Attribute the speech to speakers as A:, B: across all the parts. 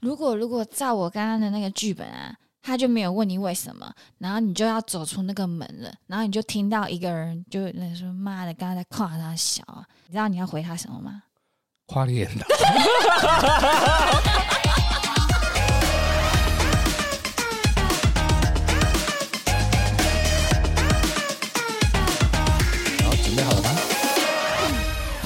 A: 如果如果照我刚刚的那个剧本啊，他就没有问你为什么，然后你就要走出那个门了，然后你就听到一个人就有人说：“妈的，刚刚在夸他小啊！”你知道你要回他什么吗？
B: 花莲的，好，准备好了吗？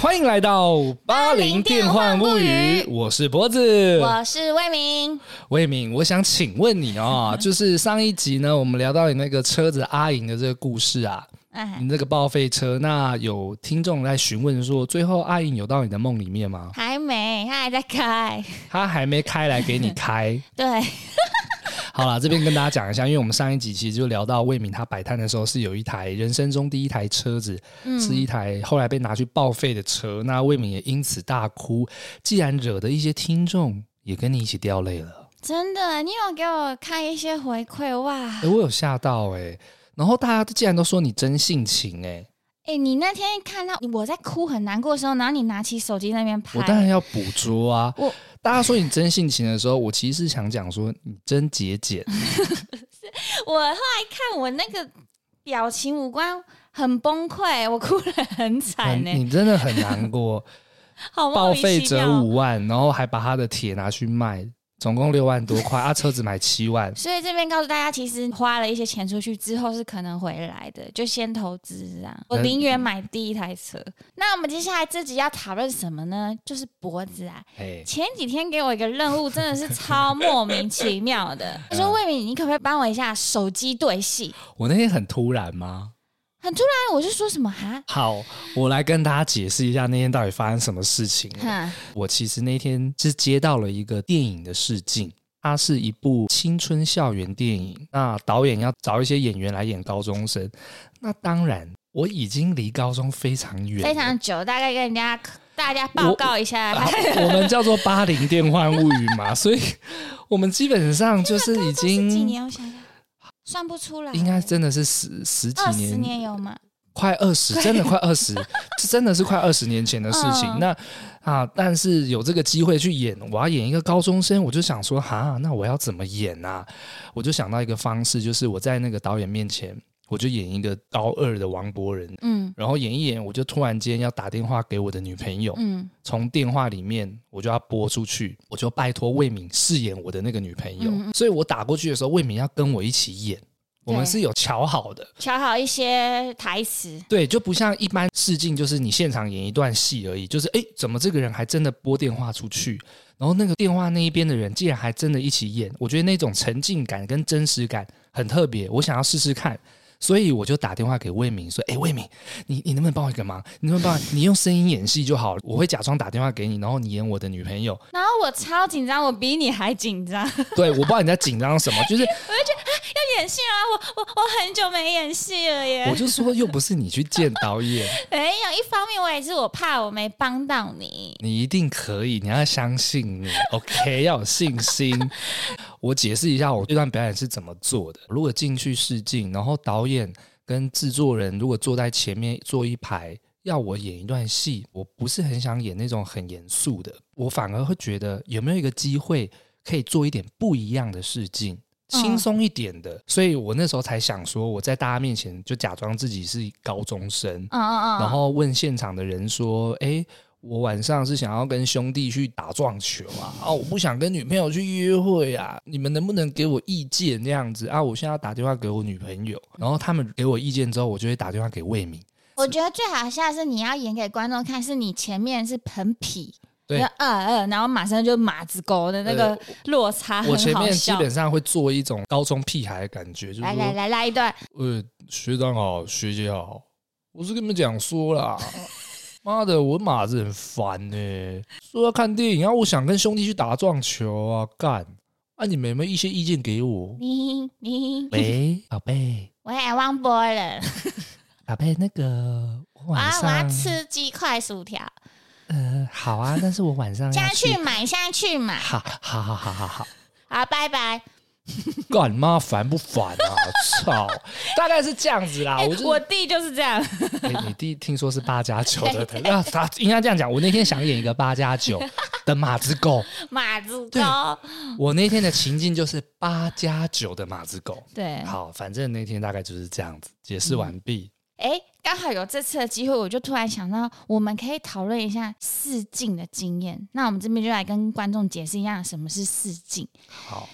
B: 欢迎来到八零电幻物语，我是脖子，
A: 我是魏明，
B: 魏敏，我想请问你哦，就是上一集呢，我们聊到你那个车子阿莹的这个故事啊，
A: 哎，
B: 你那个报废车，那有听众来询问说，最后阿莹有到你的梦里面吗？
A: 还没，他还在开，
B: 他还没开来给你 开。
A: 对，
B: 好啦，这边跟大家讲一下，因为我们上一集其实就聊到魏敏他摆摊的时候是有一台人生中第一台车子，
A: 嗯
B: 是一台后来被拿去报废的车。那魏敏也因此大哭，既然惹得一些听众也跟你一起掉泪了。
A: 真的，你有给我看一些回馈哇
B: 哎、！我有吓到哎、然后大家竟然都说你真性情哎、
A: 哎、你那天看到我在哭很难过的时候，然后你拿起手机那边拍，
B: 我当然要捕捉啊
A: 我！
B: 大家说你真性情的时候，我其实是想讲说你真节俭，
A: 我后来看我那个表情五官很崩溃，我哭得很惨欸
B: 很
A: 呢、
B: 你真的很难过。
A: 好莫
B: 报
A: 名
B: 废
A: 其妙
B: 折。五万，然后还把他的铁拿去卖，总共六万多 块，啊，车子买七万。
A: 所以这边告诉大家，其实花了一些钱出去之后是可能回来的，就先投资啊。
B: 呃
A: 我零元买第一台车。那我们接下来这集要讨论什么呢？就是脖子啊，
B: 哎、
A: 前几天给我一个任务，真的是超莫名其妙 的。他说：“魏敏，你可不可以帮我一下手机对戏
B: 我那天很突然吗？？”
A: 很突然，我就说什么哈
B: 好，我来跟大家解释一下那天到底发生什么事 情了。
A: 哈，
B: 我其实那天是接到了一个电影的试镜，它是一部青春校园电影。那导演要找一些演员来演高中生，那当然我已经离高中非常远了，
A: 非常久，大概跟人家大家报告一下。哎
B: 啊我们叫做八零电幻物语嘛，所以我们基本上就是已
A: 是几
B: 经
A: 年？我想想，算不出来，
B: 应该真的是十十几
A: 二十
B: 年，
A: 年有吗？
B: 快二十，真的快二十，这真的是快二十年前的事情。
A: 嗯
B: 那啊，但是有这个机会去演，我要演一个高中生，我就想说，哈，那我要怎么演啊？我就想到一个方式，就是我在那个导演面前，我就演一个高二的王博仁，
A: 嗯
B: 然后演一演，我就突然间要打电话给我的女朋友，
A: 嗯
B: 从电话里面我就要拨出去，我就拜托魏敏饰演我的那个女朋友，
A: 嗯
B: 所以我打过去的时候，魏敏要跟我一起演，我们
A: 对
B: 是有瞧好的。
A: 调好一些台词。
B: 对，就不像一般试镜，就是你现场演一段戏而已，就是诶，怎么这个人还真的拨电话出去，然后那个电话那一边的人竟然还真的一起演，我觉得那种沉浸感跟真实感很特别，我想要试试看。所以我就打电话给魏敏说：“诶，魏敏，你你能不能帮我一个忙？你能不能帮我？你用声音演戏就好了，我会假装打电话给你，然后你演我的女朋友。
A: 然后我超紧张，我比你还紧 张。
B: 对，我不知道你在紧张什么，就是
A: 要演戏啊，我我我很久没演戏了
B: 我
A: 耶。
B: 就说又不是你去见导演，
A: 没有，一方面我也是我怕我没帮到你。
B: 你一定可以，你要相信你，OK，要有信心。我解释一下我这段表演是怎么做的。如果进去试镜，然后导演跟制作人如果坐在前面坐一排，要我演一段戏，我不是很想演那种很严肃的，我反而会觉得有没有一个机会可以做一点不一样的试镜。
A: 嗯
B: 轻松一点的，所以我那时候才想说，我在大家面前就假装自己是高中生，
A: 嗯嗯嗯。
B: 然后问现场的人说：“诶，我晚上是想要跟兄弟去打撞球啊，哦，我不想跟女朋友去约会啊，你们能不能给我意见这样子啊？我现在要打电话给我女朋友，然后他们给我意见之后，我就会打电话给魏 敏。
A: 我觉得最好笑的是你要演给观众看，是你前面是很痞。
B: 对
A: 就二二，然后马上就马子狗的那个落差很
B: 我前
A: 好
B: 面基
A: 笑。
B: 本上会做一种高中屁孩的感觉，就是
A: 来来
B: 说，
A: 来来一段，
B: 呃，学长好，学姐好，我是跟你们讲说 啦。”妈的，我马子很烦呢、说要看电影，然后我想跟兄弟去打撞球啊，干！啊，你们有没有一些意见给我？
A: 你你
B: 喂，宝贝，
A: 我也忘播了，
B: 宝贝，那个我
A: 我
B: 晚
A: 要
B: 上
A: 我要吃鸡块薯条，
B: 呃，好啊，但是我晚上
A: 现
B: 要
A: 在去买，现在去买，
B: 好好好好好好，
A: 好，拜拜。
B: 干妈烦不烦啊？操，大概是这样子啦。
A: 哎
B: 啊我就
A: 我弟就是这样，
B: 哎、你弟听说是八加九的，那他应该这样讲。我那天想演一个八加九的马子 狗，
A: 马子
B: 对
A: 高，
B: 我那天的情境就是八加九的马子狗。
A: 对，嗯
B: 好，反正那天大概就是这样子。解释完毕，
A: 哎，刚好有这次的机会，我就突然想到，我们可以讨论一下试镜的经验。那我们这边就来跟观众解释一下什么是试镜。
B: 好，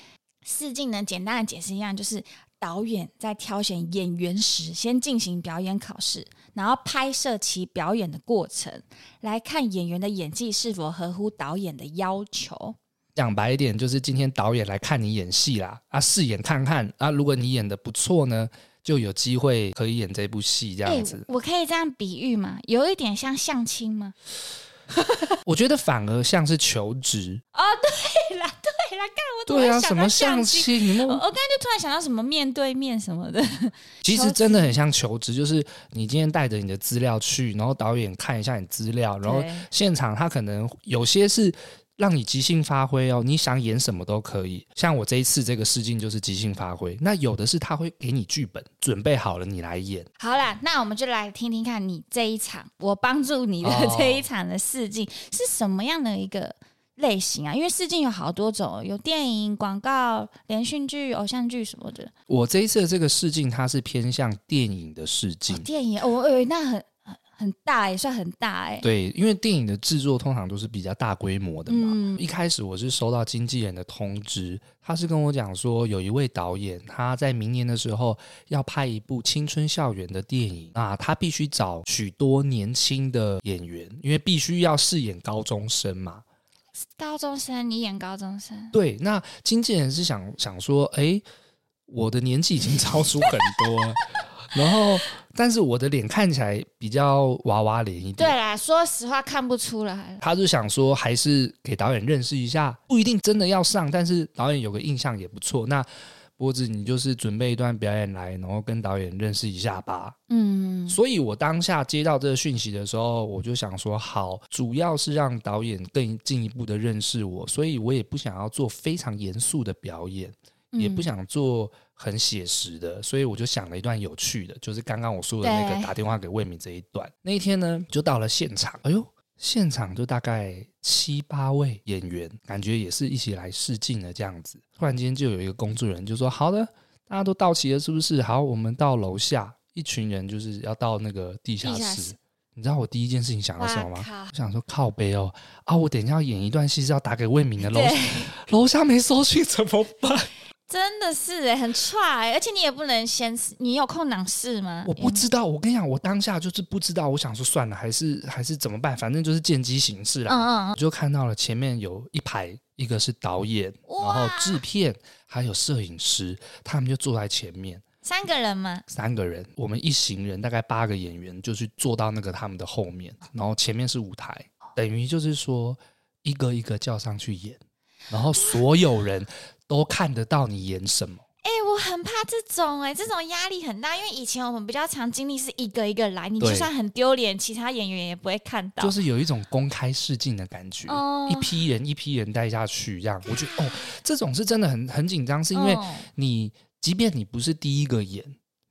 A: 试镜呢，简单的解释一下，就是导演在挑选演员时，先进行表演考试，然后拍摄其表演的过程，来看演员的演技是否合乎导演的要求。
B: 讲白一点，就是今天导演来看你演戏啦，啊，试演看看啊。如果你演的不错呢，就有机会可以演这部戏这样
A: 哎
B: 子。，
A: 我可以这样比喻吗？有一点像相亲吗？
B: 我觉得反而像是求职，
A: 哦，对啦，对啦，看我怎么
B: 对啊，
A: 会想
B: 什
A: 到
B: 么
A: 相
B: 相
A: 亲？
B: 亲，你
A: 我
B: 们
A: 我刚才就突然想到什么面对面什么的，
B: 其实真的很像求职，就是你今天带着你的资料去，然后导演看一下你资料， 然后
A: 对
B: 现场他可能有些是让你即兴发挥哦，你想演什么都可以。像我这一次这个试镜就是即兴发挥，那有的是他会给你剧本，准备好了你来演。
A: 好啦，那我们就来听听看你这一场，我帮助你的
B: 哦
A: 这一场的试镜、是什么样的一个类型啊？因为试镜有好多种哦，有电影、广告、连续剧、偶像剧什么的。
B: 我这一次的这个试镜，它是偏向电影的试
A: 哦
B: 镜，。
A: 电影，哦，哎、那很很很大哎、算很大哎、
B: 对，因为电影的制作通常都是比较大规模的嘛。
A: 嗯
B: 一开始我是收到经纪人的通知，他是跟我讲说，有一位导演他在明年的时候要拍一部青春校园的电影啊，他必须找许多年轻的演员，因为必须要饰演高中生嘛。
A: 高中生，你演高中生，
B: 对，那经纪人是想想说，诶，我的年纪已经 超出很多了，然后但是我的脸看起来比较娃娃脸一点
A: 对，啦，说实话看不出来了。
B: 他就想说，还是给导演认识一下，不一定真的要上，但是导演有个印象也不错。那波子，你就是准备一段表演来，然后跟导演认识一下吧。
A: 嗯，
B: 所以我当下接到这个讯息的时候，我就想说，好，主要是让导演更进一步的认识我，所以我也不想要做非常严肃的表演，也
A: 嗯
B: 不想做很写实的，所以我就想了一段有趣的，就是刚刚我说的那
A: 对
B: 个打电话给魏敏这一段。那一天呢，就到了现场，哎呦，现场就大概七八位演员，感觉也是一起来试镜的这样子。突然间就有一个工作人员就说：“好的，大家都到齐了，是不是？好，我们到楼下，一群人就是要到那个地下
A: 地下
B: 室
A: 室。”
B: 你知道我第一件事情想到
A: 哇
B: 什么吗？
A: 靠！
B: 我想说靠背哦，啊，我等一下要演一段戏是要打给 魏敏的楼
A: 对，
B: 楼下没收讯怎么办？
A: 真的是哎、很差哎、而且你也不能先试，你有空档试吗？
B: 我不知道，我跟你讲，我当下就是不知道，我想说算了，还是还是怎么办？反正就是见机行事啦。
A: 嗯嗯
B: 我就看到了前面有一排，一个是导演，然
A: 哇
B: 后制片，还有摄影师，他们就坐在前面
A: 三个人嘛，
B: 三个人，我们一行人大概八个演员就去坐到那个他们的后面，然后前面是舞台，等于就是说一个一个叫上去演，然后所有人都看得到你演什么。
A: 哎、我很怕这种哎、这种压力很大，因为以前我们比较常经历是一个一个来，你就
B: 对
A: 算很丢脸，其他演员也不会看到。
B: 就是有一种公开试镜的感觉，
A: 哦
B: 一批人一批人带下去，这样我觉得哦，这种是真的很很紧张，是因为
A: 嗯
B: 你即便你不是第一个演，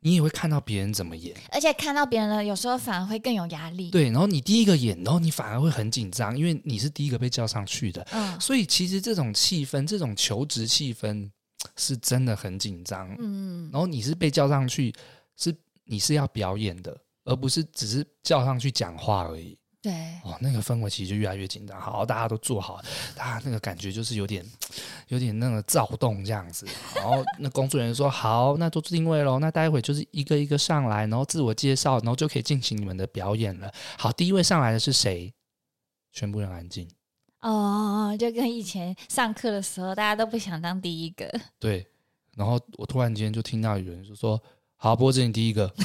B: 你也会看到别人怎么演，
A: 而且看到别人了，有时候反而会更有压力。，
B: 对，然后你第一个演，然后你反而会很紧张，因为你是第一个被叫上去的，
A: 嗯
B: 所以其实这种气氛，这种求职气氛是真的很紧张，
A: 嗯，
B: 然后你是被叫上去，是你是要表演的，而不是只是叫上去讲话而已。
A: 对，
B: 哦，那个氛围其实就越来越紧张。好，大家都做好，大家那个感觉就是有点有点那个躁动这样子。然后那工作人员说：“好，那做定位喽，那待会就是一个一个上来，然后自我介绍，然后就可以进行你们的表演了。”好，第一位上来的是谁？全部人安静。
A: 哦，就跟以前上课的时候，大家都不想当第 一个，
B: 对，然后我突然间就听到有人就说：“好，波子，你第一个。”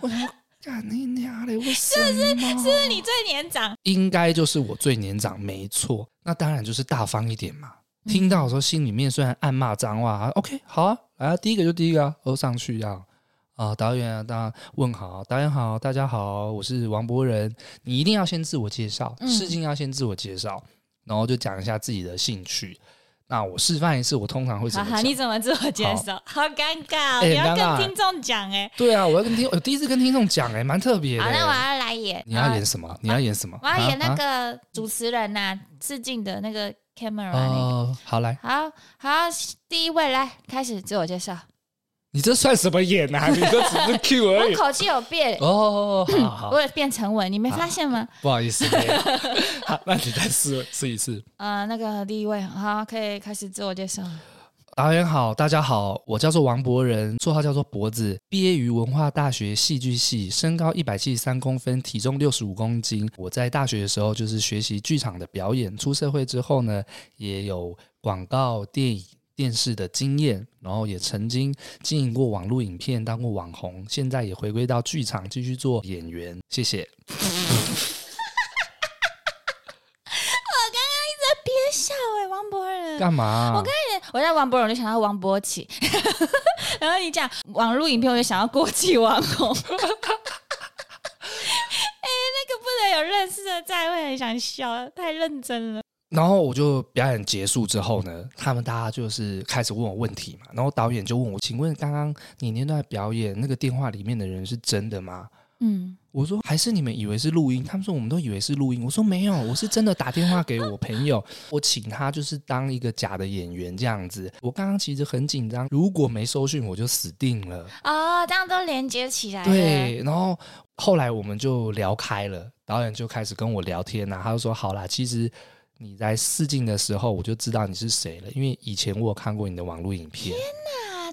B: 我想说，干你娘嘞！为什么？
A: 是你最年长，
B: 应该就是我最年长，没错。那当然就是大方一点嘛。
A: 嗯
B: 听到的时候，心里面虽然暗骂脏话、啊、，OK，好啊，来啊，第一个就第一个啊，都上去啊。啊，导演啊，大家问好，导演好，大家好，我是王博仁。你一定要先自我介绍，
A: 嗯
B: 试镜要先自我介绍，然后就讲一下自己的兴趣。那我示范一次，我通常会怎
A: 哈
B: 么
A: 哈，
B: 讲
A: 你？怎么自我介绍？好尴尬哦，
B: 哎
A: 你要
B: 很尴尬
A: 跟听众讲哎。
B: 对啊，我要跟听，我第一次跟听众讲，哎，蛮特别的
A: 好，那我
B: 欸。
A: 要来演。
B: 你要
A: 呃
B: 演什么？你要演什么？
A: 我要演那
B: 啊
A: 个主持人呐，致敬的那个 camera
B: 啊
A: 那个。
B: 哦，好来，
A: 好好，第一位来开始自我介绍。
B: 你这算什么演啊？你这只是 Q 而
A: 我嗯
B: 已。
A: 口气有变，
B: 哦，好好
A: 我有变沉稳，你没发现吗？
B: 不好意思，没有好，那你再试试一次。
A: 呃，那个第一位，好，可以开始自我介绍
B: 啊
A: 了。
B: 导演好，大家好，我叫做王博仁，绰号叫做脖子，毕业于文化大学戏剧系，身高一百七十三公分，体重六十五公斤。我在大学的时候就是学习剧场的表演，出社会之后呢，也有广告、电影、电视的经验，然后也曾经经营过网络影片，当过网红，现在也回归到剧场继续做演员。谢谢。
A: 别笑哎，王博仁。
B: 干嘛啊、
A: 我我在王博荣就想到王博起， 然后你讲网络影片，我就想到过气 网红。哎、那哎个不能有认识的在，会很想笑，太认真了。
B: 然后我就表演结束之后呢，他们大家就是开始问我问题嘛，然后导演就问我，请问刚刚你那段表演那个电话里面的人是真的吗？
A: 嗯，
B: 我说还是你们以为是录音，他们说我们都以为是录音，我说没有，我是真的打电话给我朋友，我请他就是当一个假的演员这样子。我刚刚其实很紧张，如果没收讯我就死定了。
A: 哦，这样都连接起来了。
B: 对，然后后来我们就聊开了，导演就开始跟我聊天啊，他就说：“好啦，其实你在试镜的时候，我就知道你是谁了，因为以前我有看过你的网络影片。
A: 啊，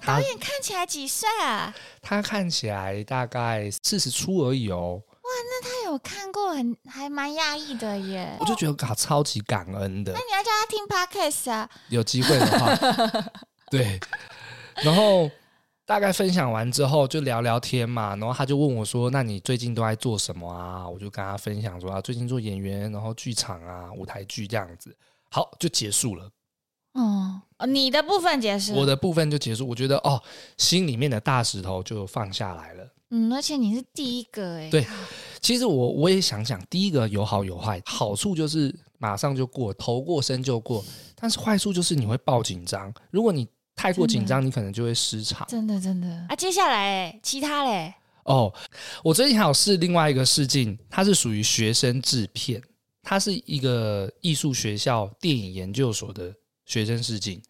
B: 他
A: 导演看起来几岁啊？
B: 他看起来大概四十出而已哦，
A: 他有哎看过很，还蛮讶异的耶
B: 我。就觉得啊，超级感恩的
A: 那，你要叫他听 podcast 啊？
B: 有机会的话，对，然后。”大概分享完之后就聊聊天嘛，然后他就问我说：“那你最近都在做什么啊？”我就跟他分享说：“啊，最近做演员，然后剧场啊，舞台剧这样子。”好，就结束了。
A: 哦，哦你的部分解释。
B: 我的部分就结束。我觉得哦，心里面的大石头就放下来了。
A: 嗯，而且你是第一个哎。
B: 对其实我我也想想，第一个有好有坏，好处就是马上就过，头过身就过；但是坏处就是你会爆紧张，如果你太过紧张，你可能就会失常。
A: 真的真的啊，接下来欸其他嘞，
B: 哦，我最近还有试另外一个试镜，它是属于学生制片，它是一个艺术学校电影研究所的学生试镜。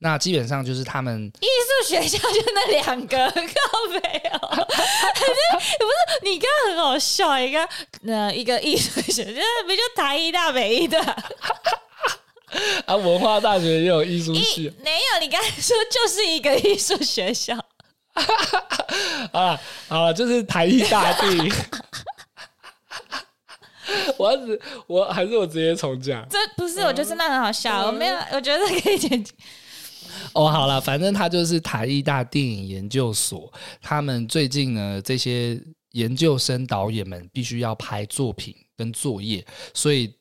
B: 那基本上就是他们
A: 艺术学校就那两个， 靠北哦，还是不是？你刚刚很好笑，一个呃一个艺术学校，不就台一大北一的？
B: 啊，文化大学也有艺术系
A: 一没有，你刚才说就是一个艺术学校，
B: 啊啊，就是台艺大地。我要是我还是我直接重讲
A: 这不是？我觉得真的很好笑，我没有，我觉得可以解决。
B: 哦，好了，反正他就是台艺大电影研究所，他们最近呢这些研究生导演们必须要拍作品跟作业，所以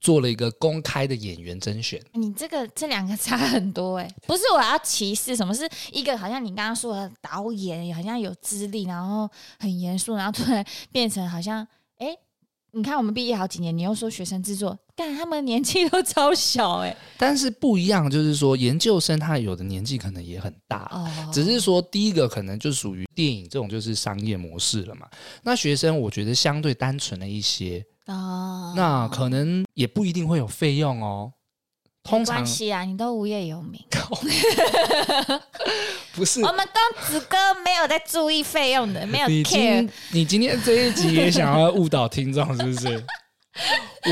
B: 做了一个公开的演员甄选。
A: 你这个这两个差很多哎、不是我要歧视什么，是一个好像你刚刚说的导演，好像有资历，然后很严肃，然后突然变成好像哎、诶你看我们毕业好几年，你又说学生制作，干他们年纪都超小哎、
B: 但是不一样，就是说研究生他有的年纪可能也很大，
A: 哦，
B: 只是说，第一个可能就属于电影这种就是商业模式了嘛。那学生我觉得相对单纯了一些，
A: 哦
B: 那可能也不一定会有费用哦。通
A: 没
B: 常
A: 关系啊，你都无业游民，
B: 不是
A: 我们公子哥没有在注意费用的，没有
B: 你
A: care
B: 今你今天这一集也想要误导听众是不 是？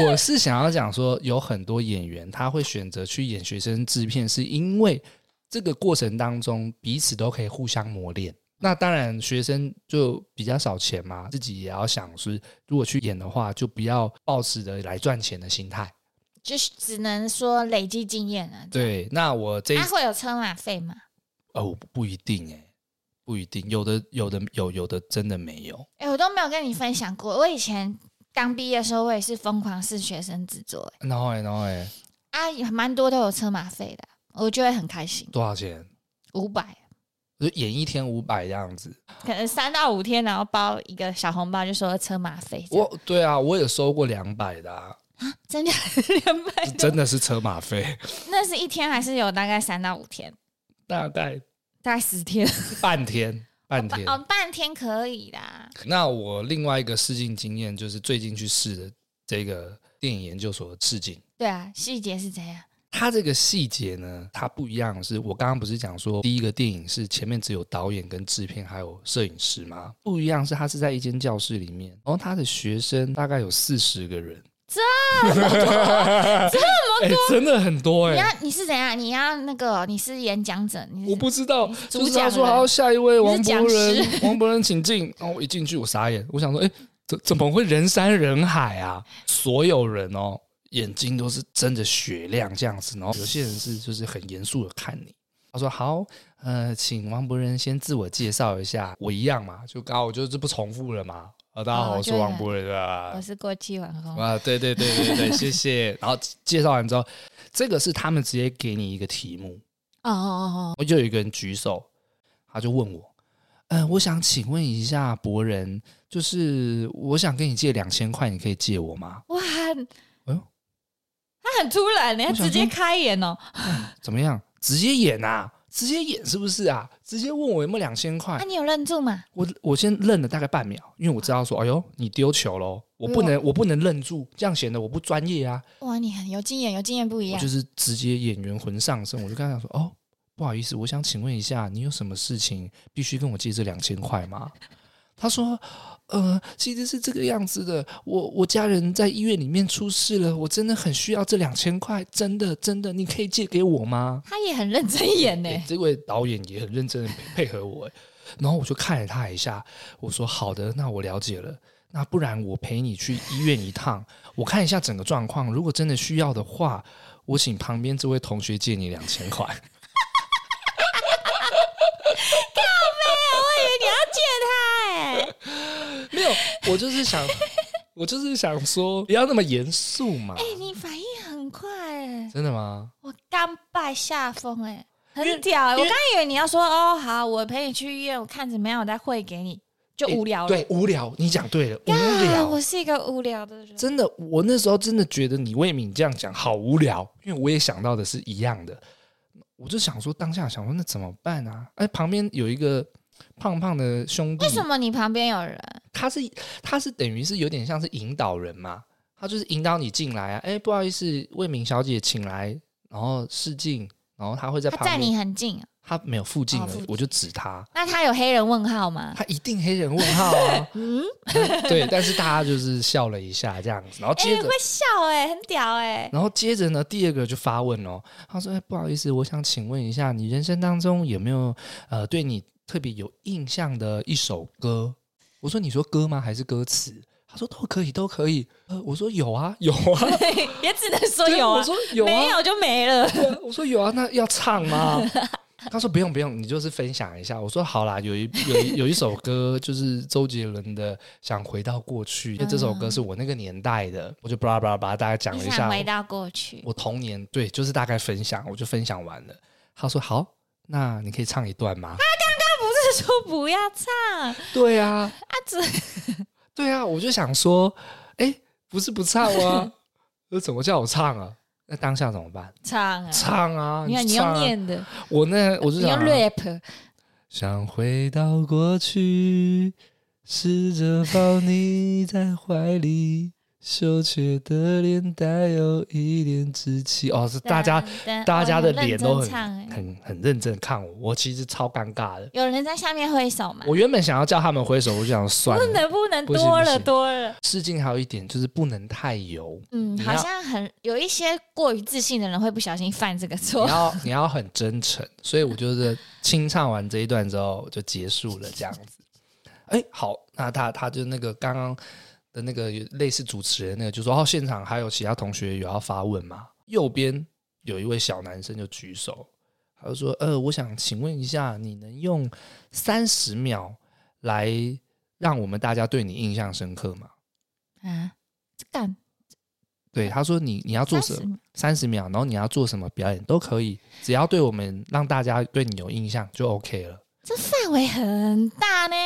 B: 我是想要讲说，有很多演员他会选择去演学生制片，是因为这个过程当中彼此都可以互相磨练。那当然，学生就比较少钱嘛，自己也要想是，如果去演的话，就不要抱持着来赚钱的心态。
A: 就是只能说累积经验啊。
B: 对，那我这一
A: 他、会有车马费吗？
B: 哦不一定哎、不一定，有的有的有，有的真的没有。
A: 哎、我都没有跟你分享过。我以前刚毕业的时候，我也是疯狂试学生制作、欸，
B: 然后哎，然后哎，
A: 啊，也蛮多都有车马费的，我就会很开心，
B: 多少钱？
A: 五百，
B: 就演一天五百这样子。
A: 可能三到五天，然后包一个小红包，就说车马费这样。
B: 我对啊，我也收过两百的、啊，
A: 啊，真假的两百 多，
B: 真的是车马费，
A: 那是一天还是有大概三到五天，
B: 大概
A: 大概十天，
B: 半天，半天。
A: 哦，半天可以啦。
B: 那我另外一个试镜经验就是最近去试的这个电影研究所的试镜，
A: 对啊，细节是怎样？
B: 它这个细节呢，它不一样的是。我刚刚不是讲说，第一个电影是前面只有导演跟制片还有摄影师吗？不一样是，它是在一间教室里面，然后他的学生大概有四十个人，这么多， 这么多，真的很多哎、
A: 你要你是怎样？你要那个你是演讲者，你
B: 我
A: 是
B: 不知道
A: 你是，主
B: 就是他
A: 讲
B: 说
A: 人
B: 好，下一位王
A: 你是讲
B: 伯仁，
A: 师
B: 王伯仁请进。然后我一进去，我傻眼，我想说，哎、怎怎么会人山人海啊？所有人哦，眼睛都是睁着雪亮这样子，然后有些人是就是很严肃的看你。他说好，呃，请王伯仁先自我介绍一下，我一样嘛，就刚好我就是不重复了嘛。啊，大家好，
A: 哦
B: 我是
A: 就
B: 王
A: 很
B: 伯仁啊
A: 我，是过气网红，哦
B: 啊，对对对对对，谢谢。然后介绍完之后，这个是他们直接给你一个题目，
A: 哦哦哦哦，
B: 我就有一个人举手，他就问我，嗯，我想请问一下博人，就是我想跟你借两千块，你可以借我吗？
A: 哇，
B: 哎呦
A: 他很突然，你要
B: 我想
A: 直接
B: 说
A: 开演哦。
B: 怎么样？直接演啊，直接演是不是啊？直接问我有没有两千块
A: 那、？啊你有认住吗？
B: 我我先愣了大概半秒，因为我知道说，哎呦，你丢球喽，我不能我不能愣住，这样显得我不专业啊。
A: 哇，你很有经验，有经验不一
B: 我
A: 样
B: 就。是直接演员魂上身，我就跟他讲说，哦，不好意思，我想请问一下，你有什么事情必须跟我借这两千块吗？他说，呃，其实是这个样子的，我我家人在医院里面出事了，我真的很需要这两千块，真的真的，你可以借给我吗？
A: 他也很认真演哎呢、
B: 欸这位导演也很认真的配合我、欸， 然后我就看了他一下，我说好的，那我了解了。那不然我陪你去医院一趟，我看一下整个状况。如果真的需要的话，我请旁边这位同学借你两千块。
A: 我以为你要借他哎、
B: 没有，我就是想， 我就是想说，不要那么严肃嘛。
A: 你反应很快哎、
B: 真的吗？
A: 我甘拜下风哎、
B: 因为
A: 很屌、欸。
B: 因为
A: 我刚以为你要说哦，好，我陪你去医院，我看怎么样，我再汇给你，就无聊了。
B: 对，无聊。你讲对了，无
A: 啊，
B: 聊
A: 我。是一个无聊的人。
B: 真的，我那时候真的觉得你魏敏这样讲好无聊，因为我也想到的是一样的。我就想说，当下想说那怎么办啊？哎，旁边有一个胖胖的兄弟
A: 为，什么你旁边有人？
B: 他是他是等于是有点像是引导人嘛，他就是引导你进来啊。哎，不好意思，魏敏小姐，请来，然后试镜，然后他会在
A: 他在
B: 旁
A: 你
B: 边，
A: 很近啊、
B: 他没有附近
A: 哦
B: 而
A: 附
B: 已
A: 近，
B: 我就指他，
A: 那他有黑人问号吗？。
B: 他一定黑人问号啊
A: 嗯，
B: 对，但是大家就是笑了一下这样子，然后
A: 哎、
B: 接着
A: 会。笑哎、很屌哎、
B: 然后接着呢，第二个就发问哦，他说：“哎，不好意思，我想请问一下，你人生当中有没有呃对你特别有印象的一首歌？”我说：“你说歌吗？还是歌词？”他说：“都可以，都可以。”呃，我说：“有啊，有啊，
A: 也只能说
B: 对
A: 有
B: 我
A: 啊，
B: 说：“有
A: 没
B: 啊，
A: 有就没了。
B: 对啊我说：“有啊，那要唱吗？” 他说：“不用，不用，你就是分享一下。”我说：“好啦，有一有一有一首歌就是周杰伦的《想回到过去》，就这首歌是我那个年代的，我就巴拉巴拉巴拉大概讲
A: 嗯
B: 了
A: 你
B: 一下
A: 想
B: 我。
A: 回到过去，
B: 我童年对，就是大概分享，我就分享完了。他说好，那你可以唱一段吗？
A: 不是说不要唱，
B: 对啊，
A: 啊，只
B: 对啊，我就想说，哎，不是不唱啊， 那怎么叫我唱啊？那当下怎么办？
A: 唱啊，
B: 唱啊！
A: 你看你
B: 就唱
A: 用
B: 啊
A: 念的，
B: 我那我就
A: 你
B: 想
A: 用
B: 啊、
A: rap，
B: 想回到过去，试着抱你在怀里，羞怯的脸带有一点稚气。哦，是大家
A: 但
B: 大家的
A: 但
B: 脸都
A: 啊哦我很认真
B: 很
A: 唱欸
B: 很很认真地看我，我其实超尴尬的。
A: 有人在下面挥手吗？
B: 我原本想要叫他们挥手，我就想算
A: 不
B: 了。
A: 能不能
B: 不行
A: 多
B: 不
A: 了
B: 行
A: 多了，
B: 试镜还有一点就是不能太油，
A: 嗯，
B: 你
A: 好
B: 要
A: 像很有一些过于自信的人会不小心犯这个
B: 你
A: 错。
B: 要你要很真诚。所以我就是清唱完这一段之后就结束了这样子。哎，好，那他他就那个刚刚的那个类似主持人那个就说哦，现场还有其他同学有要发问吗？右边有一位小男生就举手，他就说呃，我想请问一下，你能用三十秒来让我们大家对你印象深刻吗？
A: 啊，这干
B: 对，他说你你要做什
A: 30
B: 么？
A: 秒
B: 三十秒，然后你要做什么表演都可以，只要对我们让大家对你有印象就 OK 了。
A: 这范围很大呢。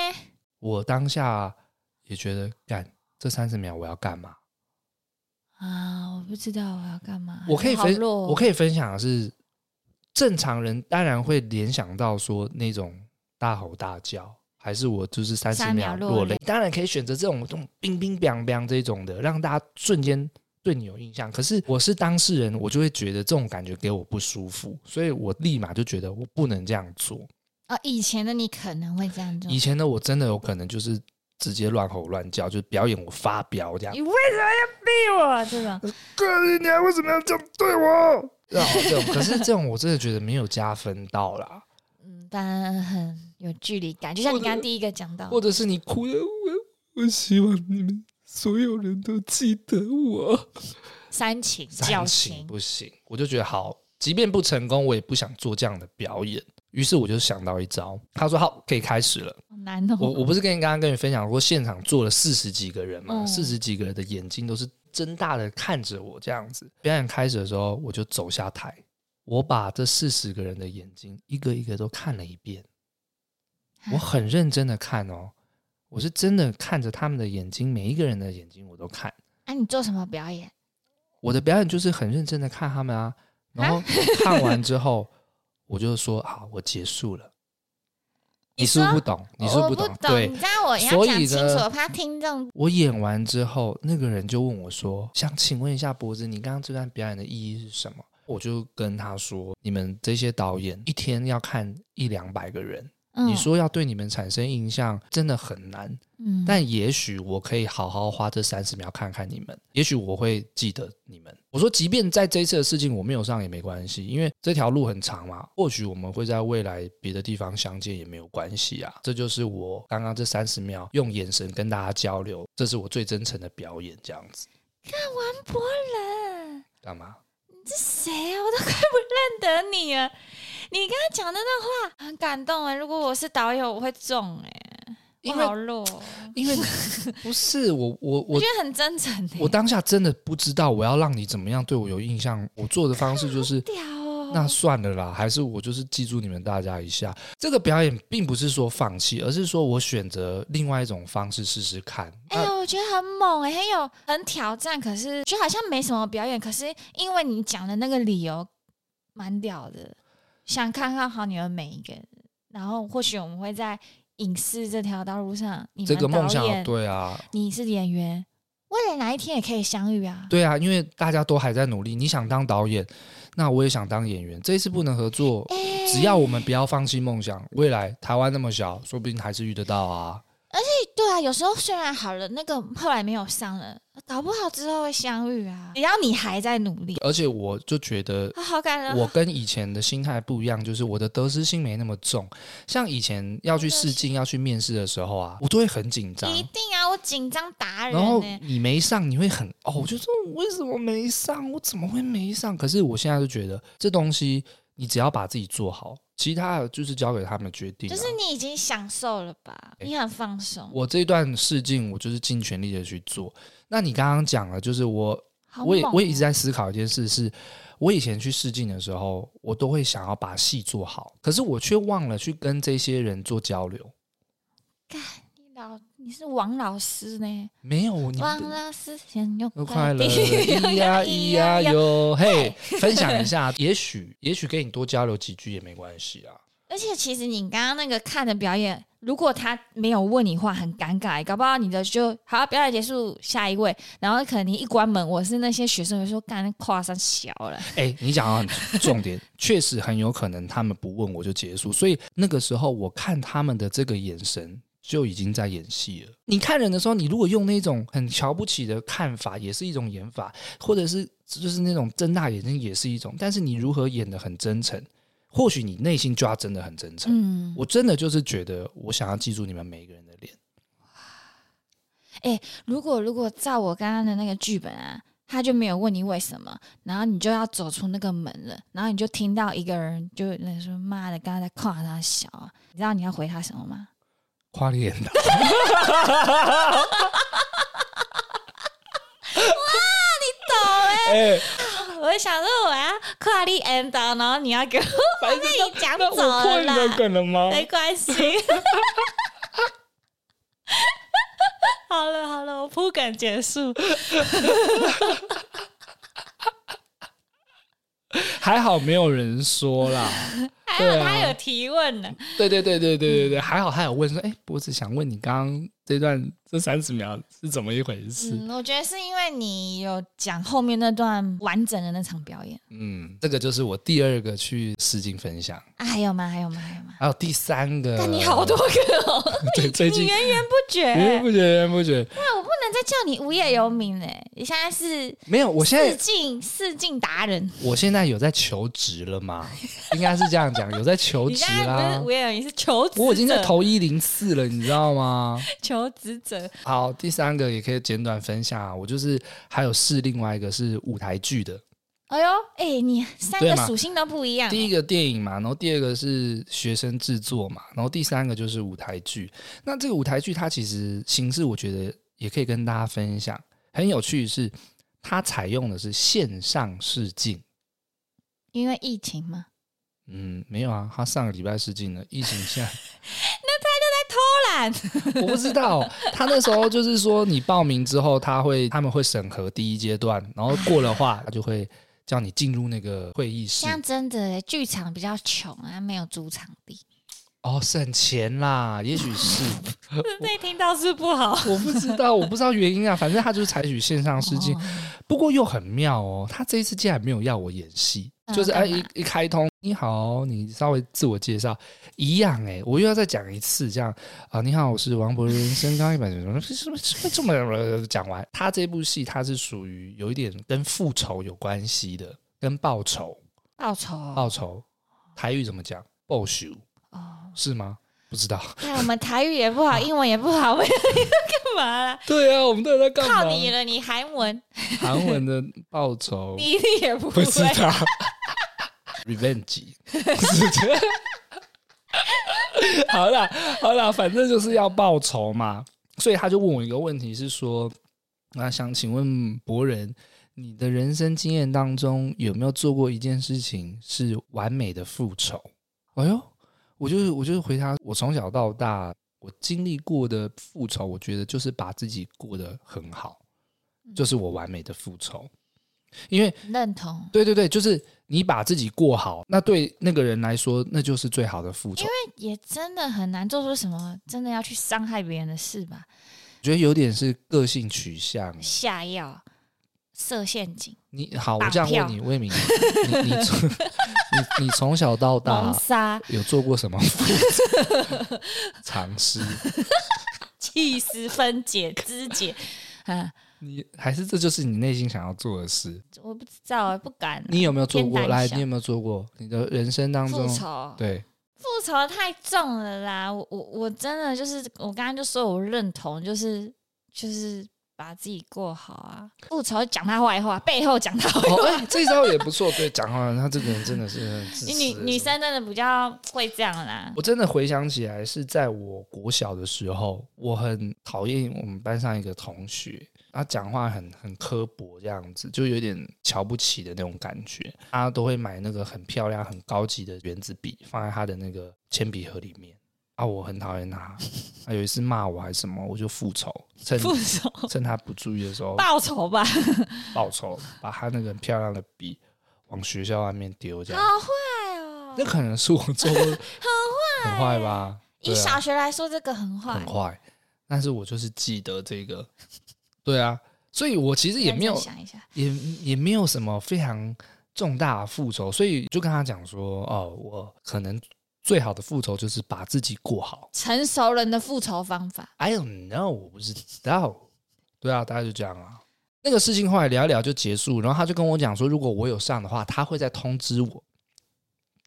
B: 我当下也觉得干这三十秒我要干嘛？
A: 啊，我不知道我要干嘛，
B: 我可以分
A: 好弱哦
B: 我可以分享的是，正常人当然会联想到说那种大吼大叫，还是我就是三十
A: 三
B: 秒
A: 秒
B: 落
A: 落
B: 泪
A: 泪。
B: 当然可以选择这种这种冰冰凉凉这种的，让大家瞬间对你有印象。可是我是当事人，我就会觉得这种感觉给我不舒服，所以我立马就觉得我不能这样做。
A: 啊，以前的你可能会这样做
B: 以，前的我真的有可能就是直接乱吼乱叫，就是表演我发飙这样
A: 你。为什么要逼我？这种
B: 哥，你娘为什么要这样对我？对啊，这种可是这种我真的觉得没有加分到啦，
A: 嗯，当然很有距离感，就像你刚刚第一个讲到，
B: 或者是你哭的，我我希望你们所有人都记得我。
A: 煽情、
B: 煽
A: 矫
B: 情
A: 情，
B: 不行，我就觉得好，即便不成功，我也不想做这样的表演。于是我就想到一招，他说好，可以开始了。
A: 好难哦。
B: 我我不是跟你刚刚跟你分享过，现场坐了四十几个人嘛，
A: 嗯
B: 四十、几个人的眼睛都是睁大的看着我这样子。表演开始的时候，我就走下台，我把这四十个人的眼睛一个一个都看了一遍，我很认真的看哦，我是真的看着他们的眼睛，每一个人的眼睛我都看。
A: 啊，你做什么表演？
B: 我的表演就是很认真的看他们啊，然后看完之后，我就说好，我结束了。你是不是
A: 说
B: 不懂？你是不是
A: 我不
B: 懂？对，
A: 你知道我
B: 所
A: 要
B: 以
A: 讲清
B: 呢
A: 楚，我怕听众
B: 我演完之后，那个人就问我说：“想请问一下博子，你刚刚这段表演的意义是什么？”我就跟他说：“你们这些导演一天要看一两百个人，
A: 嗯
B: 你说要对你们产生印象真的很难。
A: 嗯，
B: 但也许我可以好好花这三十秒看看你们，也许我会记得你们。”我说：“即便在这一次的事情我没有上也没关系，因为这条路很长嘛，或许我们会在未来别的地方相见也没有关系啊。”这就是我刚刚这三十秒用眼神跟大家交流，这是我最真诚的表演，这样子
A: 王伯仁，
B: 干嘛？
A: 你是谁啊？我都快不认得你了。你刚刚讲的那话很感动哎，如果我是导演，我会中哎，我
B: 因为
A: 好弱哦，
B: 因为不是我
A: 我
B: 我我
A: 觉得很真诚哎，
B: 我当下真的不知道我要让你怎么样对我有印象，我做的方式就是
A: 屌哦，
B: 那算了啦，还是我就是记住你们大家一下。这个表演并不是说放弃，而是说我选择另外一种方式试试看。
A: 哎、
B: 那
A: 我觉得很猛哎、很有很挑战，可是就好像没什么表演，可是因为你讲的那个理由蛮屌的，想看看好你们每一个人，然后或许我们会在影视这条道路上，你
B: 这个
A: 们
B: 梦
A: 导
B: 想，
A: 演，
B: 对啊，
A: 你是演员，未来哪一天也可以相遇啊！
B: 对啊，因为大家都还在努力。你想当导演，那我也想当演员。这一次不能合作，
A: 哎
B: 只要我们不要放弃梦想，未来台湾那么小，说不定还是遇得到啊。
A: 对啊，有时候虽然好了，那个后来没有上了，搞不好之后会相遇啊！只要你还在努力，
B: 而且我就觉得
A: 啊，好感人啊！
B: 我跟以前的心态不一样，就是我的得失心没那么重。像以前要去试镜、要去面试的时候啊，我都会很紧张。
A: 一定啊，我紧张达人
B: 然后
A: 呢、
B: 你没上，你会很哦，我就说我为什么没上？我怎么会没上？可是我现在就觉得这东西，你只要把自己做好，其他的就是交给他们决定、啊。
A: 就是你已经享受了吧？
B: 哎
A: 你很放松，
B: 我这段试镜，我就是尽全力的去做。那你刚刚讲了，就是我
A: 好
B: 我也
A: 猛哦
B: 我也一直在思考一件事是，我以前去试镜的时候，我都会想要把戏做好，可是我却忘了去跟这些人做交流。
A: 你老你是王老师呢？
B: 没有，你
A: 王老师先用
B: 都快乐，
A: 咿
B: 哎 咿 呀咿呀，哟，嘿，分享一下，也许 也许跟你多交流几句也没关系啊。
A: 而且其实你刚刚那个看的表演，如果他没有问你话，很尴尬，欸搞不好你的就好，表演结束，下一位，然后可能你一关门，我是那些学生会说干跨上小了，
B: 哎，你讲到很重点，确实很有可能他们不问我就结束，所以那个时候我看他们的这个眼神。就已经在演戏了。你看人的时候，你如果用那种很瞧不起的看法，也是一种演法，或者是就是那种睁大眼睛也是一种。但是你如何演的很真诚，或许你内心就要真的很真诚。
A: 嗯，
B: 我真的就是觉得，我想要记住你们每一个人的脸。
A: 如果如果照我刚刚的那个剧本啊，他就没有问你为什么，然后你就要走出那个门了，然后你就听到一个人就那说妈的，刚刚在夸他小啊，你知道你要回他什么吗？
B: 夸脸 的，
A: 懂哎、
B: 哎，
A: 我想说我要夸你 end 啊然后你要给我
B: 反正
A: 被你讲
B: 那
A: 走了啦，哎
B: 梗了吗
A: 没关系。 好了好了，我铺梗结束。
B: 还好没有人说啦。
A: 还
B: 对
A: 有
B: 啊
A: 他有提问呢，
B: 对对对对对对对，还好他有问说，哎、我只想问你刚刚这段这三十秒是怎么一回事？
A: 嗯，我觉得是因为你有讲后面那段完整的那场表演
B: 嗯，这个就是我第二个去试镜分享，
A: 啊，还有吗？还有吗？还有吗？
B: 还有第三个，
A: 但你好 多个哦，
B: 对，最近
A: 你源 源不绝、
B: 源源不绝，源源不绝，
A: 那我不能再叫你无业游民嘞、你现在是
B: 没有，我现
A: 四
B: 在
A: 境四境达人，
B: 我现在有在求职 了吗？应该是这样讲，有在求
A: 你
B: 职
A: 现在不是
B: 啦
A: 无。业游民，是求职者，
B: 啊我已经在投一零四了，你知道吗？
A: 求职者，
B: 好，第三个也可以简短分享啊。我就是还有试另外一个是舞台剧的，
A: 哎呦，哎、你三
B: 对
A: 个
B: 嘛
A: 属性都不一样，
B: 第一个电影嘛，然后第二个是学生制作嘛，然后第三个就是舞台剧。那这个舞台剧它其实形式，我觉得也可以跟大家分享，很有趣的是它采用的是线上试镜。
A: 因为疫情嘛，
B: 嗯，没有啊，他上个礼拜试镜了，疫情 下
A: 偷懒，
B: 我不知道，他那时候就是说你报名之后，他会他们会审核第一阶段，然后过的话，他就会叫你进入那个会议室。
A: 像真的欸剧场比较穷啊，没有租场地，
B: 哦，省钱啦，也许是。
A: 被听到是不好。
B: 我不知道，我不知道原因啊，反正他就是采取线上试镜，
A: 哦
B: 不过又很妙哦，他这一次竟然没有要我演戏，
A: 嗯
B: 就是哎、
A: 干嘛
B: 一一开通，你好，你稍微自我介绍一样哎、我又要再讲一次这样啊、你好，我是王柏伦，身高一百九十，什么什么这么讲完，他这部戏他是属于有一点跟复仇有关系的，跟报仇，
A: 报仇哦
B: 报仇，台语怎么讲？报仇
A: 哦，
B: 是吗？不 知道。
A: 哎看我们台语也不好，英文也不好，我要干嘛啦？
B: 对啊，我们到底在干嘛？
A: 靠你 了，你韩文
B: 韩文的报仇，
A: 你一定也不
B: 哦不
A: 会。
B: 是他 ，revenge，是 这。好啦，好啦，反正就是要报仇嘛，所以他就问我一个问题，是说，那想请问博人，你的人生经验当中有没有做过一件事情是完美的复仇？哎呦，我就是我就是回答，我从小到大我经历过的复仇，我觉得就是把自己过得很好，就是我完美的复仇，因为
A: 认同，
B: 对对对，就是你把自己过好，那对那个人来说，那就是最好的复仇。我
A: 也真的很难做出什么真的要去伤害别人的事吧？
B: 觉得有点是个性取向。
A: 下药、设陷阱、
B: 你好，我
A: 绑
B: 这样
A: 票
B: 问你，魏明，你你从 你你从小到
A: 谋
B: 大
A: 杀、
B: 有做过什么复仇尝试？
A: 气死、分解、肢解， 啊，
B: 你还是这就是你内心想要做的事？
A: 我不知道，啊不敢
B: 你有没有做
A: 偏
B: 过？
A: 胆
B: 来，
A: 小
B: 你有没有做过？你的人生当
A: 复
B: 中，
A: 仇。
B: 对，
A: 复仇太重了啦！我我我真的就是，我刚刚就说我认同，就是就是把自己过好啊。复仇讲他坏话，背后讲他坏话。
B: 哦，哎，这招也不错。对，讲话他这个人真的是很自私
A: 女
B: 的
A: 女生真的比较会这样啦。
B: 我真的回想起来，是在我国小的时候，我很讨厌我们班上一个同学，他讲话很很刻薄，这样子就有点瞧不起的那种感觉。他都会买那个很漂亮、很高级的圆珠笔，放在他的那个铅笔盒里面。啊，我很讨厌他。他有一次骂我还是什么，我就复仇，趁
A: 复仇
B: 趁他不注意的时候
A: 报仇吧，
B: 报仇，把他那个很漂亮的笔往学校外面丢，这
A: 好
B: 样。
A: 坏哦
B: 那！可能是我 做过很坏，很坏吧？
A: 以
B: 对啊
A: 小学来说，这个很坏
B: 很，坏，但是我就是记得这个， 对啊，所以我其实也没有
A: 认真想一下，
B: 也也没有什么非常重大的复仇，所以就跟他讲说，哦，我可能最好的复仇就是把自己过好。
A: 成熟人的复仇方法。
B: I don't know，我不知道。对啊，大概就这样啊。那个事情后来聊一聊就结束，然后他就跟我讲说，如果我有上的话，他会再通知我，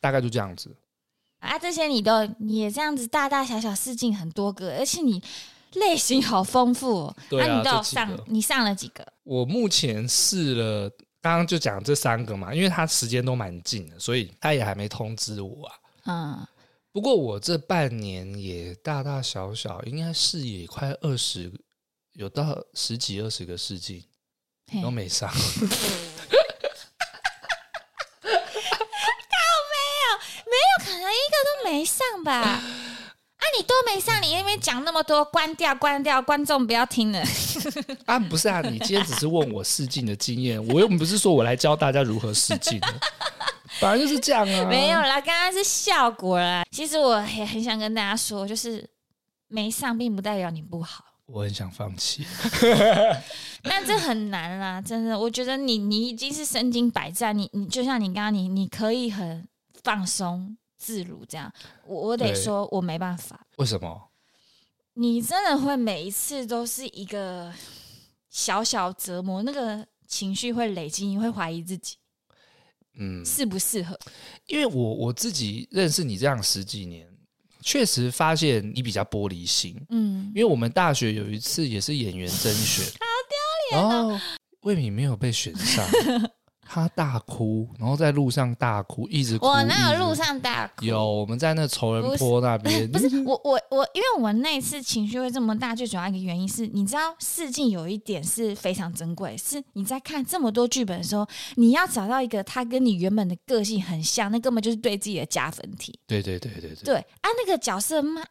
B: 大概就这样子。
A: 啊，这些你都你也这样子大大小小试镜很多个，而且你类型好丰富、哦。
B: 对啊
A: 你都
B: 这
A: 有
B: 几
A: 上
B: 个，
A: 你上了几个？
B: 我目前试了，刚刚就讲这三个嘛，因为他时间都蛮近的，所以他也还没通知我啊。
A: 嗯，
B: 不过我这半年也大大小小，应该是也快二十，有到十几二十个试镜
A: 嘿
B: 都没上。
A: 可能一个都没上吧？啊，你都没上，你那边讲那么多，关掉，关掉，观众不要听了。
B: 啊，不 是啊，你今天只是问我试镜的经验，我又不是说我来教大家如何试镜的。本来就是这样啊。
A: 没有啦，刚刚是效果啦。其实我也很想跟大家说，就是没上并不代表你不好，
B: 我很想放弃。
A: 但这很难啦，真的。我觉得你你已经是身经百战，你你就像你刚刚你你可以很放松自如这样，我我得
B: 对
A: 说我没办法，
B: 为什么？
A: 你真的会每一次都是一个小小折磨，那个情绪会累积，你会怀疑自己
B: 嗯，
A: 适不适合。
B: 因为我我自己认识你这样十几年，确实发现你比较玻璃心。
A: 嗯
B: 因，为我们大学有一次也是演员甄选，好丢
A: 哦
B: 脸然后魏敏没有被 选上，她大哭，然后在路上大哭，一直哭。
A: 我哪
B: 一直
A: 有路上大哭？
B: 有，我们在那仇人坡那 边，
A: 不是我我我，因为我那一次情绪会这么大，最主要一个原因是，你知道试镜有一点是非常珍贵，是你在看这么多剧本的时候，你要找到一个他跟你原本的个性很像，那根本就是对自己的加分题。
B: 对对对对对
A: 对啊，那个角色嘛，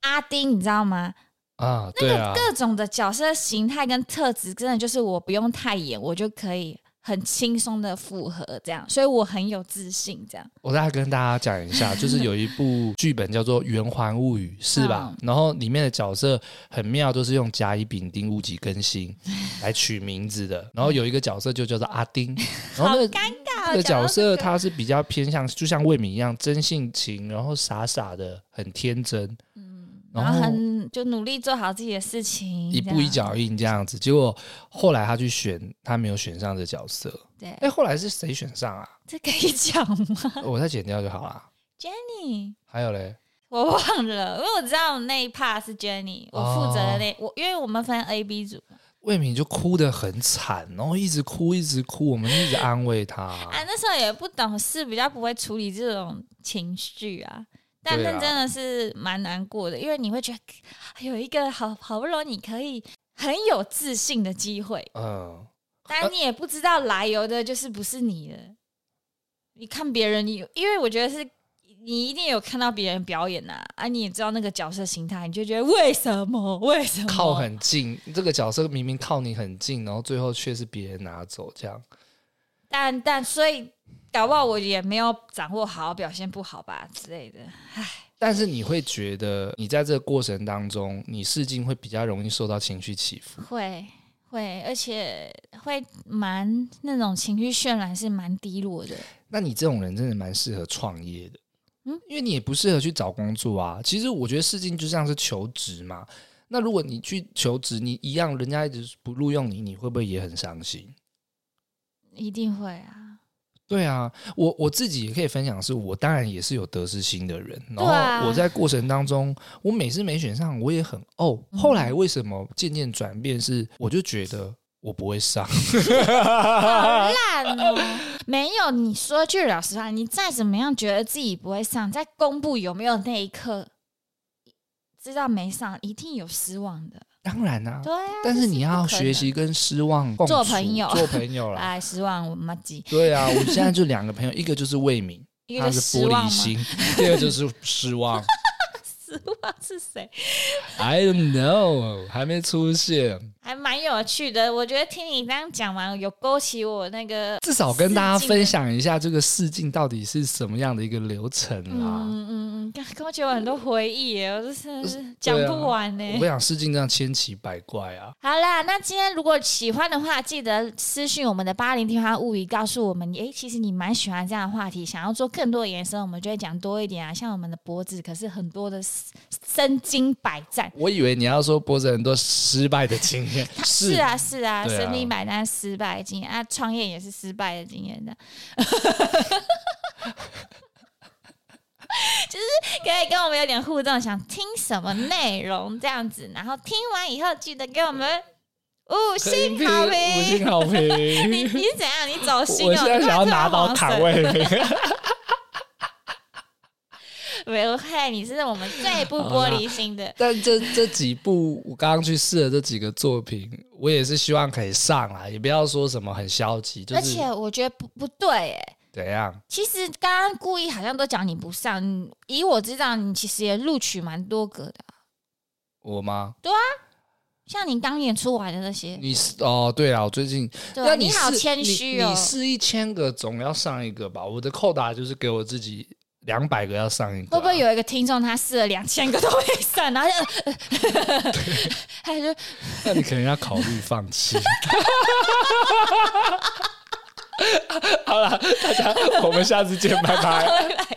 A: 阿丁，你知道吗？
B: 啊，对啊，
A: 各种的角色形态跟特质，真的就是我不用太演，我就可以很轻松的符合这样，所以我很有自信这样。
B: 我大概跟大家讲一 下，就是有一部剧本叫做《圆环物语》，是吧？
A: 嗯
B: 然后里面的角色很妙，都是用甲乙丙丁戊己 庚辛来取名字的。然后有一个角色就叫做阿丁，然
A: 好
B: 后
A: 尴
B: 那个
A: 尬、
B: 那
A: 哦，
B: 个角色
A: 他
B: 他是比较偏向，就像魏敏一样真性情，然后傻傻的，很天真，
A: 嗯然
B: 然
A: 后
B: 后
A: 很就努力做好自己的事情，
B: 一步一脚印这样子。结果后来他去选，他没有选上的角色。
A: 这样。对，
B: 哎，后来是谁选 上啊？
A: 这可以讲吗
B: 我再剪掉就好啦。
A: ？Jenny，
B: 还有嘞，
A: 我忘了，因为我知道我那一 part 是 Jenny，我负责的那、
B: 哦
A: 我，因为我们分 A、B 组嘛
B: 魏敏就哭得很惨，然后一直哭，一直哭，我们一直安慰她。
A: 啊，那时候也不懂事，比较不会处理这种情绪啊。但
B: 对
A: 那
B: 啊
A: 真的是蛮难过的，因为你会觉得哎有一个好好不容易可以很有自信的机会，
B: 嗯，
A: 但你也不知道来由的，就是不是你的。你看别人，你因为我觉得是你一定有看到别人表演呐、啊，你也知道那个角色形态，你就觉得为什么？为什么？
B: 靠很近，这个角色明明靠你很近，然后最后却是别人拿走，这样
A: 但但所以搞不好我也没有掌握好，表现不好吧之类的。
B: 但是你会觉得，你在这个过程当中，你试镜会比较容易受到情绪起伏。
A: 会会，而且会蛮那种情绪渲染是蛮低落的。
B: 那你这种人真的蛮适合创业的，
A: 嗯
B: 嗯，因为你也不适合去找工作啊。其实我觉得试镜就像是求职嘛。那如果你去求职，你一样人家一直不录用你，你会不会也很伤心？
A: 一定会啊，
B: 对啊，我我自己也可以分享是，我当然也是有得失心的人。然
A: 对啊
B: 后我在过程当中，我每次没选上，我也很哦。
A: 嗯
B: 后来为什么渐渐转变是，我就觉得我不 会上。
A: 好烂哦！没有，你说句老实话，你再怎么样觉得自己不会上，在公布有没有那一刻，知道没上，一定有失望的。
B: 当然啦、
A: 对啊，
B: 但是
A: 这
B: 你
A: 不
B: 要
A: 可
B: 学习跟失望共
A: 做
B: 处
A: 朋友
B: 做朋友
A: 能。
B: 啦。
A: 哎，失望我妈鸡，
B: 对啊，我现在就两个朋友，一个就是魏敏，
A: 一
B: 他
A: 个就是失
B: 玻
A: 望
B: 璃
A: 吗？
B: 心；第二个就是失望。
A: 失望是谁？
B: I don't know，还没出现。
A: 还蛮有趣的，我觉得听你这样讲完，有勾起我那个
B: 至少跟大家分享一下这个试镜到底是什么样的一个流程啊啦。
A: 嗯嗯嗯，刚勾起我很多回忆耶，我真的
B: 呃
A: 是讲不完
B: 我
A: 呢
B: 不。想试镜这样千奇百怪啊。
A: 好啦，那今天如果喜欢的话，记得私讯我们的八零电话物语，告诉我们，诶，其实你蛮喜欢这样的话题，想要做更多的延伸，我们就会讲多一点啊。像我们的脖子，可是很多的身经百战，
B: 我以为你要说脖子很多失败的经 验，
A: 是啊是啊，
B: 对啊
A: 身经百战失败的经验啊，创业也是失败啊的经验 的，就是可以跟我们有点互动，想听什么内容这样子，然后听完以后记得给我们五星好
B: 五
A: 评。
B: 星好评。
A: 你你是怎样？你走心哦？
B: 我现在
A: 你
B: 想要
A: 快
B: 拿
A: 跳
B: 到
A: 黄
B: 卡
A: 绳，
B: 位，
A: 没有害你是我们最不玻璃心的。
B: 但这 这几部我刚刚去试了这几个作品，我也是希望可以上啦，也不要说什么很消极，就
A: 而
B: 是
A: 且我觉得不不对哎、
B: 怎样
A: 其实刚刚故意好像都讲你不嗯上，你以我知道你其实也录取蛮多个的啊。
B: 我吗？
A: 对啊，像你刚演出来的那些，
B: 你是哦，对了，我最近
A: 对，啊
B: 你
A: 好
B: 试
A: 谦
B: 你
A: 虚哦
B: 你。试一千个总要上一个吧？我的扣打就是给我自己两百个要上一个啊、
A: 会不会有一个听众他试了两千个都没上，然后就， 他就
B: 那 你可能要考虑放 弃。好了，大家，我们下次见，拜拜。
A: 拜拜。